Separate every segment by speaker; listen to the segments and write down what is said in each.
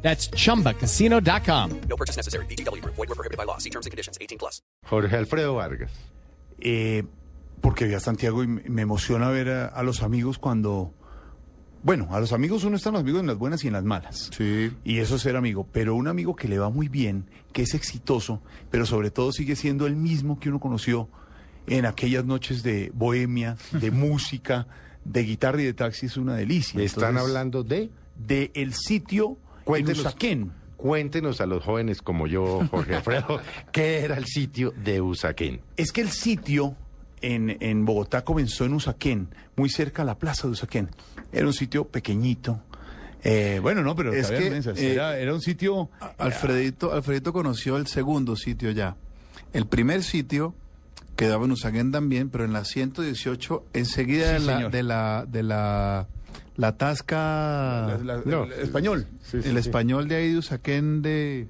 Speaker 1: That's chumbacasino.com.
Speaker 2: No purchase necessary. BGW. Void were prohibited by law. See terms and conditions. 18 plus.
Speaker 3: Jorge Alfredo Vargas.
Speaker 4: Eh, porque vi a Santiago y me me emociona ver a, a los amigos cuando... Bueno, a los amigos uno está en los amigos en las buenas y en las malas.
Speaker 3: Sí.
Speaker 4: Y eso es ser amigo. Pero un amigo que le va muy bien, que es exitoso, pero sobre todo sigue siendo el mismo que uno conoció en aquellas noches de bohemia, de música, de guitarra y de taxi, es una delicia.
Speaker 3: Me están
Speaker 4: Entonces,
Speaker 3: hablando de...
Speaker 4: De el sitio en Usaquén.
Speaker 3: cuéntenos a los jóvenes como yo, Jorge Alfredo, qué era el sitio de Usaquén.
Speaker 4: Es que el sitio en, en Bogotá comenzó en Usaquén, muy cerca a la plaza de Usaquén. Era un sitio pequeñito. Eh, bueno, no, pero
Speaker 5: Es
Speaker 4: todavía
Speaker 5: que,
Speaker 4: piensas,
Speaker 5: eh,
Speaker 4: era, era un sitio...
Speaker 5: Ah, Alfredito, Alfredito conoció el segundo sitio ya. El primer sitio quedaba en Usaquén también, pero en la 118, enseguida
Speaker 4: Sí,
Speaker 5: de, la,
Speaker 4: señor.
Speaker 5: de la de la la Tasca,
Speaker 4: la- la-
Speaker 3: no.
Speaker 4: el español.
Speaker 3: Sí, sí,
Speaker 5: el
Speaker 3: sí.
Speaker 5: español de ahí de Usaquén de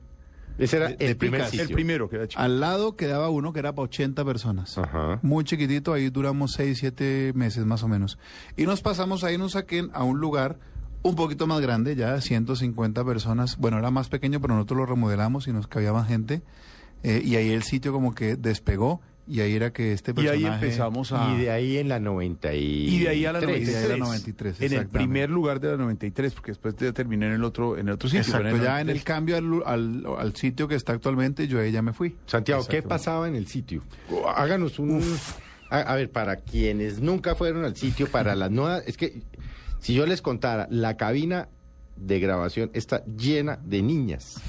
Speaker 3: Ese era
Speaker 5: de-
Speaker 3: el
Speaker 5: de
Speaker 3: primer
Speaker 5: Picas.
Speaker 3: sitio.
Speaker 4: El primero que era chico.
Speaker 5: al lado quedaba uno que era para 80 personas.
Speaker 3: Ajá.
Speaker 5: Muy chiquitito, ahí duramos 6, 7 meses más o menos. Y nos pasamos ahí en Usaquén a un lugar un poquito más grande, ya de 150 personas. Bueno, era más pequeño, pero nosotros lo remodelamos y nos cabía más gente. Eh, y ahí el sitio como que despegó y ahí era que este
Speaker 4: Y ahí
Speaker 5: personaje...
Speaker 4: empezamos a...
Speaker 3: Y de ahí en la 90 Ah. y...
Speaker 4: Y de ahí a la
Speaker 3: tres.
Speaker 4: 93.
Speaker 5: de ahí a la 93,
Speaker 4: en el
Speaker 5: exactamente.
Speaker 4: primer lugar de la 93, porque después ya terminé en el otro, en el otro sitio.
Speaker 5: Exacto,
Speaker 4: pero
Speaker 5: ya en el
Speaker 4: 93.
Speaker 5: cambio al, lu- al- al sitio que está actualmente, yo ahí ya me fui.
Speaker 3: Santiago, ¿qué
Speaker 4: Exacto.
Speaker 3: pasaba en el sitio? O- Háganos un... A, a ver, para quienes nunca fueron al sitio, para las nuevas... Es que si yo les contara, la cabina de grabación está llena de niñas.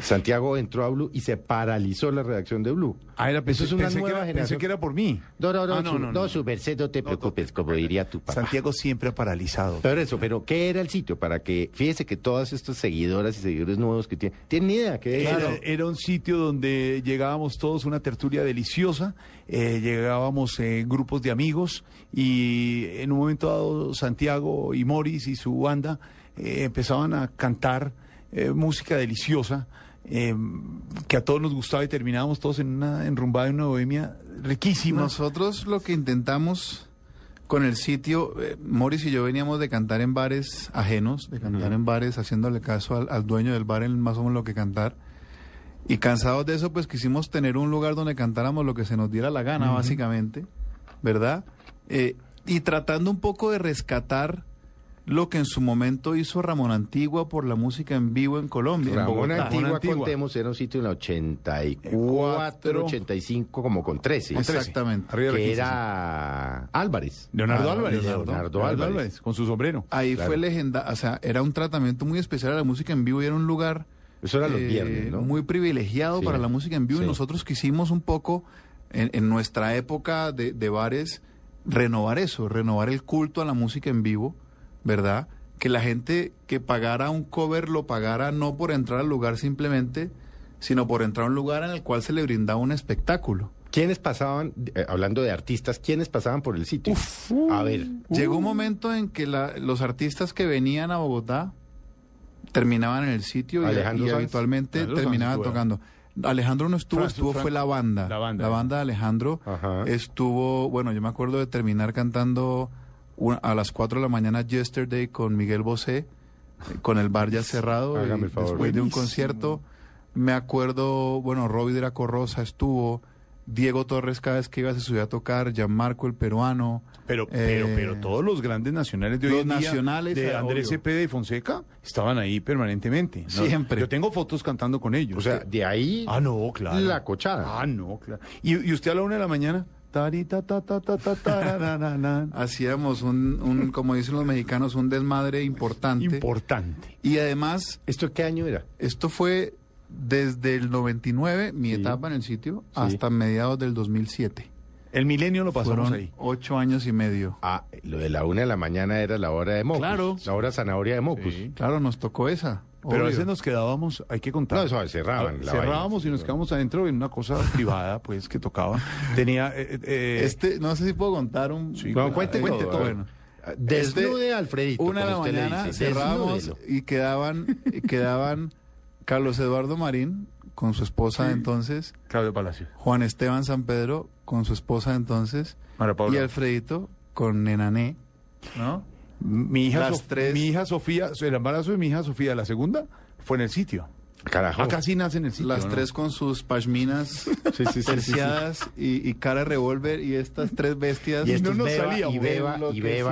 Speaker 3: Santiago entró a Blue y se paralizó la redacción de Blue.
Speaker 4: Ah, era, pensé,
Speaker 3: Eso es una
Speaker 4: pensé que
Speaker 3: nueva
Speaker 4: era, pensé
Speaker 3: generación.
Speaker 4: que era por mí.
Speaker 3: No, no, no,
Speaker 4: Ah, no,
Speaker 3: su,
Speaker 4: no,
Speaker 3: no,
Speaker 4: no.
Speaker 3: su merced, no te preocupes, como diría tu papá.
Speaker 4: Santiago siempre ha paralizado.
Speaker 3: Pero eso, pero ¿qué era el sitio? Para que, fíjese que todas estas seguidoras y seguidores nuevos que tienen, tienen ni idea que
Speaker 4: Era, era un sitio donde llegábamos todos, una tertulia deliciosa, eh, llegábamos eh, grupos de amigos y en un momento dado Santiago y Morris y su banda eh, empezaban a cantar eh, música deliciosa eh, que a todos nos gustaba y terminábamos todos en una enrumbada, en una bohemia riquísima.
Speaker 5: Nosotros lo que intentamos con el sitio, eh, Morris y yo veníamos de cantar en bares ajenos, de cantar en bares haciéndole caso al, al dueño del bar en más o menos lo que cantar. Y cansados de eso, pues quisimos tener un lugar donde cantáramos lo que se nos diera la gana, básicamente, ¿verdad? Eh, y tratando un poco de rescatar lo que en su momento hizo Ramón Antigua por la música en vivo en Colombia. en
Speaker 3: Ramón
Speaker 5: Bogotá.
Speaker 3: Antigua,
Speaker 4: Ramón Antigua.
Speaker 3: contemos, era un sitio en la 84, 85, como con 13.
Speaker 5: Con 13. Exactamente.
Speaker 4: Arriba de la
Speaker 3: Que
Speaker 4: 15, sí.
Speaker 3: era Álvarez.
Speaker 4: Leonardo
Speaker 3: Ah,
Speaker 4: Álvarez.
Speaker 3: Leonardo,
Speaker 4: Álvarez,
Speaker 3: Álvarez.
Speaker 4: con su sombrero.
Speaker 5: Ahí
Speaker 3: Claro.
Speaker 5: fue legenda, o sea, era un tratamiento muy especial a la música en vivo y era un lugar
Speaker 3: Eso era los
Speaker 5: eh,
Speaker 3: viernes, ¿no?
Speaker 5: muy privilegiado
Speaker 3: Sí.
Speaker 5: para la música en vivo
Speaker 3: Sí.
Speaker 5: y nosotros quisimos un poco en, en nuestra época de, de bares renovar eso, renovar el culto a la música en vivo, ¿verdad? Que la gente que pagara un cover lo pagara no por entrar al lugar simplemente, sino por entrar a un lugar en el cual se le brindaba un espectáculo.
Speaker 3: ¿Quiénes pasaban, eh, hablando de artistas, quiénes pasaban por el sitio? a ver,
Speaker 5: Llegó un momento en que la- los artistas que venían a Bogotá terminaban en el sitio y,
Speaker 3: Alejandro
Speaker 5: y
Speaker 3: Sanz.
Speaker 5: habitualmente
Speaker 4: Alejandro Sanz
Speaker 5: terminaban
Speaker 4: estuvo.
Speaker 5: tocando. Alejandro no estuvo,
Speaker 4: Fran-
Speaker 5: estuvo
Speaker 4: Fran-
Speaker 5: fue la banda.
Speaker 4: la banda.
Speaker 5: de Alejandro
Speaker 3: Ajá.
Speaker 5: estuvo, bueno, yo me acuerdo de terminar cantando una- a las 4 de la mañana Yesterday con Miguel Bosé, eh, con el bar ya cerrado, y
Speaker 3: Hágame el favor.
Speaker 5: después de un concierto. Me acuerdo, bueno, Robbie de la Corrosa estuvo, Diego Torres cada vez que iba se subía a tocar, Gianmarco el peruano.
Speaker 4: Pero, pero,
Speaker 5: eh,
Speaker 4: pero todos los grandes nacionales de hoy
Speaker 5: los
Speaker 4: en día,
Speaker 5: nacionales,
Speaker 4: de
Speaker 5: ah,
Speaker 4: Andrés
Speaker 5: obvio.
Speaker 4: Cepeda y Fonseca, estaban ahí permanentemente. ¿no?
Speaker 5: Siempre.
Speaker 4: Yo tengo fotos cantando con ellos.
Speaker 3: o sea, de ahí
Speaker 4: ah, no, claro.
Speaker 3: la cochada.
Speaker 4: Ah, no, claro. ¿Y, y usted a la una de la mañana? Tari, ta, ta, ta, ta, ta, tarararana.
Speaker 5: Hacíamos un, un, como dicen los mexicanos, un desmadre importante.
Speaker 4: Importante.
Speaker 5: y además,
Speaker 3: ¿Esto qué año era?
Speaker 5: esto fue desde el 99, mi etapa en el sitio, hasta mediados del 2007.
Speaker 4: El milenio lo pasamos
Speaker 5: Fueron
Speaker 4: ahí.
Speaker 5: ocho años y medio.
Speaker 3: Ah, lo de la una de la mañana era la hora de Mocus.
Speaker 4: Claro.
Speaker 3: La hora zanahoria de Mocus.
Speaker 5: Claro, nos tocó esa.
Speaker 4: Pero a
Speaker 5: obvio.
Speaker 4: veces nos quedábamos, hay que contar.
Speaker 3: No, eso, cerraban la
Speaker 4: Cerrábamos
Speaker 3: vaina.
Speaker 4: y nos quedábamos adentro en una cosa privada, pues, que tocaba. Tenía. eh, eh,
Speaker 5: Este, no sé si puedo contar un...
Speaker 4: Sí,
Speaker 3: No, cuente,
Speaker 5: eh,
Speaker 3: cuente todo.
Speaker 5: Bueno.
Speaker 3: Ah, Desnude
Speaker 5: Este,
Speaker 3: Alfredito.
Speaker 5: Una de la
Speaker 3: como usted le
Speaker 5: mañana
Speaker 3: dice,
Speaker 5: cerrábamos
Speaker 3: desnúdelo.
Speaker 5: y quedaban, y quedaban Carlos Eduardo Marín con su esposa de entonces,
Speaker 4: Claudio Palacio.
Speaker 5: Juan Esteban San Pedro con su esposa de entonces
Speaker 4: Mara
Speaker 5: y
Speaker 4: Paula.
Speaker 5: Alfredito con Nenané, ¿no?
Speaker 4: Mi hija,
Speaker 5: Las
Speaker 4: Sof-
Speaker 5: tres.
Speaker 4: mi hija Sofía, el embarazo de mi hija Sofía, la segunda, fue en el sitio.
Speaker 3: Carajo.
Speaker 4: Acá sí nace en el sitio.
Speaker 5: Las
Speaker 4: ¿no?
Speaker 5: tres con sus pashminas
Speaker 3: Sí, sí, sí, sí, sí.
Speaker 5: terciadas Y, y cara de revólver y estas tres bestias.
Speaker 3: Y esto
Speaker 5: no nos
Speaker 3: beba,
Speaker 5: salíamos
Speaker 3: y beba, y beba,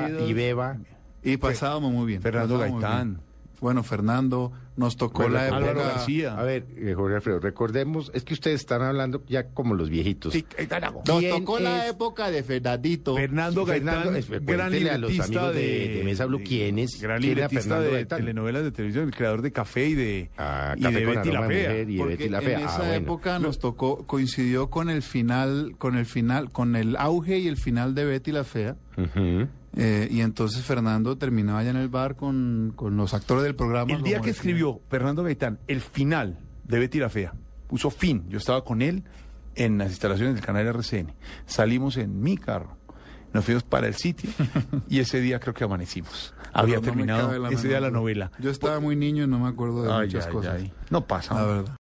Speaker 5: enloquecidos.
Speaker 3: y beba.
Speaker 5: Y pasábamos muy bien.
Speaker 4: Fernando
Speaker 5: pasábamos muy
Speaker 4: Gaitán.
Speaker 5: bien. Bueno, Fernando, nos tocó
Speaker 3: Bueno,
Speaker 5: la época.
Speaker 4: Álvaro García.
Speaker 3: A ver, eh, Jorge Alfredo, recordemos, es que ustedes están hablando ya como los viejitos.
Speaker 4: Sí, ahí está la voz.
Speaker 5: Nos
Speaker 3: ¿Quién
Speaker 5: tocó la
Speaker 3: es?
Speaker 5: época de Fernandito.
Speaker 4: Fernando Gaitán,
Speaker 3: Fernando, es-
Speaker 4: gran
Speaker 3: cuéntele a los
Speaker 4: libretista
Speaker 3: amigos de- de Mesa Blue, ¿quién es?
Speaker 4: Gran
Speaker 3: ¿Quién era
Speaker 4: libretista
Speaker 3: Fernando
Speaker 4: de
Speaker 3: Gaitán?
Speaker 4: telenovelas de televisión, el creador de Café y de,
Speaker 3: Ah,
Speaker 4: y
Speaker 3: Café
Speaker 4: de
Speaker 3: con
Speaker 4: Betty la
Speaker 3: aroma de
Speaker 4: Fea.
Speaker 3: mujer y de
Speaker 5: Porque
Speaker 3: Betty la
Speaker 5: en
Speaker 3: Fea. Ah,
Speaker 5: esa
Speaker 3: bueno.
Speaker 5: época nos tocó, coincidió con el final, con el final, con el auge y el final de Betty la Fea.
Speaker 3: Ujú.
Speaker 5: Eh, y entonces Fernando terminaba allá en el bar con, con los actores del programa.
Speaker 4: El día
Speaker 5: como
Speaker 4: que
Speaker 5: decían.
Speaker 4: escribió Fernando Gaitán el final de Betty la Fea, puso fin. Yo estaba con él en las instalaciones del canal RCN. Salimos en mi carro. Nos fuimos para el sitio y ese día creo que amanecimos. Había
Speaker 5: Pero no me
Speaker 4: terminado
Speaker 5: cabe la
Speaker 4: ese día la
Speaker 5: menor duda.
Speaker 4: novela.
Speaker 5: Yo estaba muy niño y no me acuerdo de
Speaker 4: Ay,
Speaker 5: muchas
Speaker 4: ay,
Speaker 5: cosas.
Speaker 4: ay. No pasa.
Speaker 5: La
Speaker 4: hombre.
Speaker 5: verdad.